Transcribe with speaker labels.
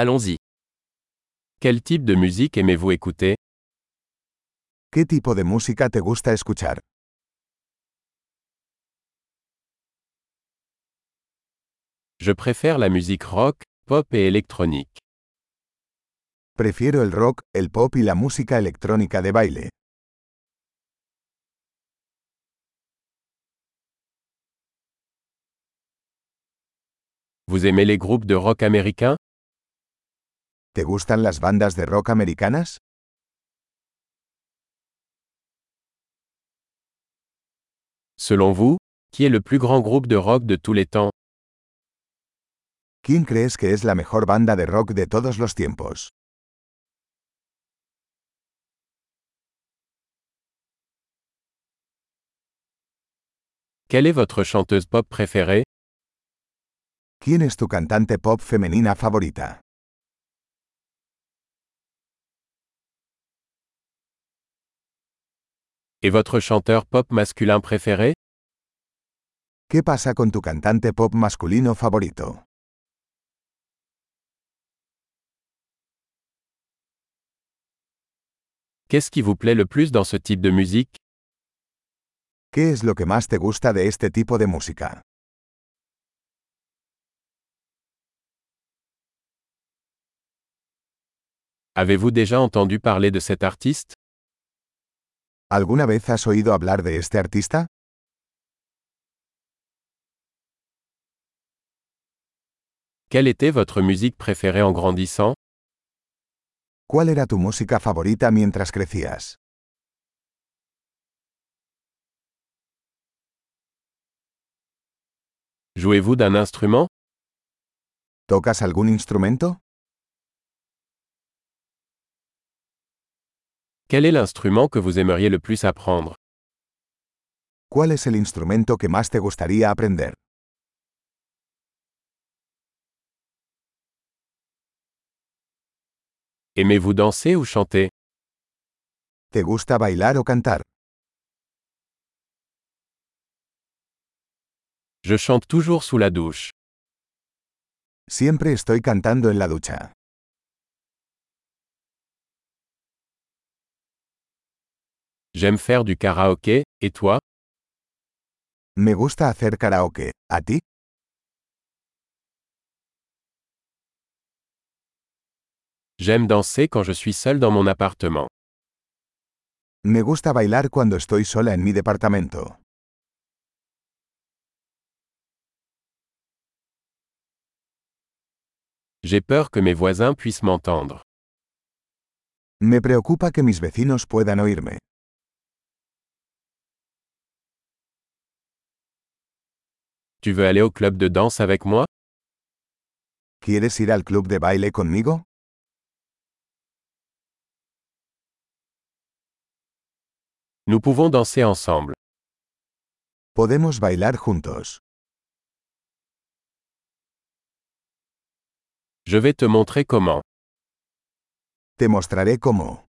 Speaker 1: Allons-y. Quel type de musique aimez-vous écouter
Speaker 2: ¿Qué tipo de música te gusta escuchar?
Speaker 1: Je préfère la musique rock, pop et électronique.
Speaker 2: Prefiero el rock, el pop y la música electrónica de baile.
Speaker 1: Vous aimez les groupes de rock américains
Speaker 2: ¿Te gustan las bandas de rock americanas?
Speaker 1: Selon vous, qui est le plus grand groupe de rock de tous les temps
Speaker 2: ¿Quién crees que es la mejor banda de rock de todos los tiempos?
Speaker 1: Quelle est votre chanteuse pop préférée
Speaker 2: ¿Quién es tu cantante pop femenina favorita?
Speaker 1: Et votre chanteur pop masculin préféré
Speaker 2: ¿Qué pasa con tu cantante pop masculino favorito?
Speaker 1: Qu'est-ce qui vous plaît le plus dans ce type de musique
Speaker 2: ¿Qué es lo que más te gusta de este tipo de música?
Speaker 1: Avez-vous déjà entendu parler de cet artiste
Speaker 2: ¿Alguna vez has oído hablar de este artista?
Speaker 1: Quelle était votre musique préférée en grandissant
Speaker 2: ¿Cuál era tu música favorita mientras crecías?
Speaker 1: Jouez-vous d'un instrument
Speaker 2: ¿Tocas algún instrumento?
Speaker 1: Quel est l'instrument que vous aimeriez le plus apprendre
Speaker 2: ¿Cuál es el instrumento que más te gustaría aprender?
Speaker 1: Aimez-vous danser ou chanter
Speaker 2: ¿Te gusta bailar o cantar?
Speaker 1: Je chante toujours sous la douche.
Speaker 2: Siempre estoy cantando en la ducha.
Speaker 1: J'aime faire du karaoké, et toi
Speaker 2: Me gusta hacer karaoke. ¿A ti?
Speaker 1: J'aime danser quand je suis seul dans mon appartement.
Speaker 2: Me gusta bailar cuando estoy sola en mi departamento.
Speaker 1: J'ai peur que mes voisins puissent m'entendre.
Speaker 2: Me preocupa que mis vecinos puedan oírme.
Speaker 1: Tu veux aller au club de danse avec moi
Speaker 2: ¿Quieres ir al club de baile conmigo?
Speaker 1: Nous pouvons danser ensemble.
Speaker 2: Podemos bailar juntos.
Speaker 1: Je vais te montrer comment.
Speaker 2: Te mostraré cómo.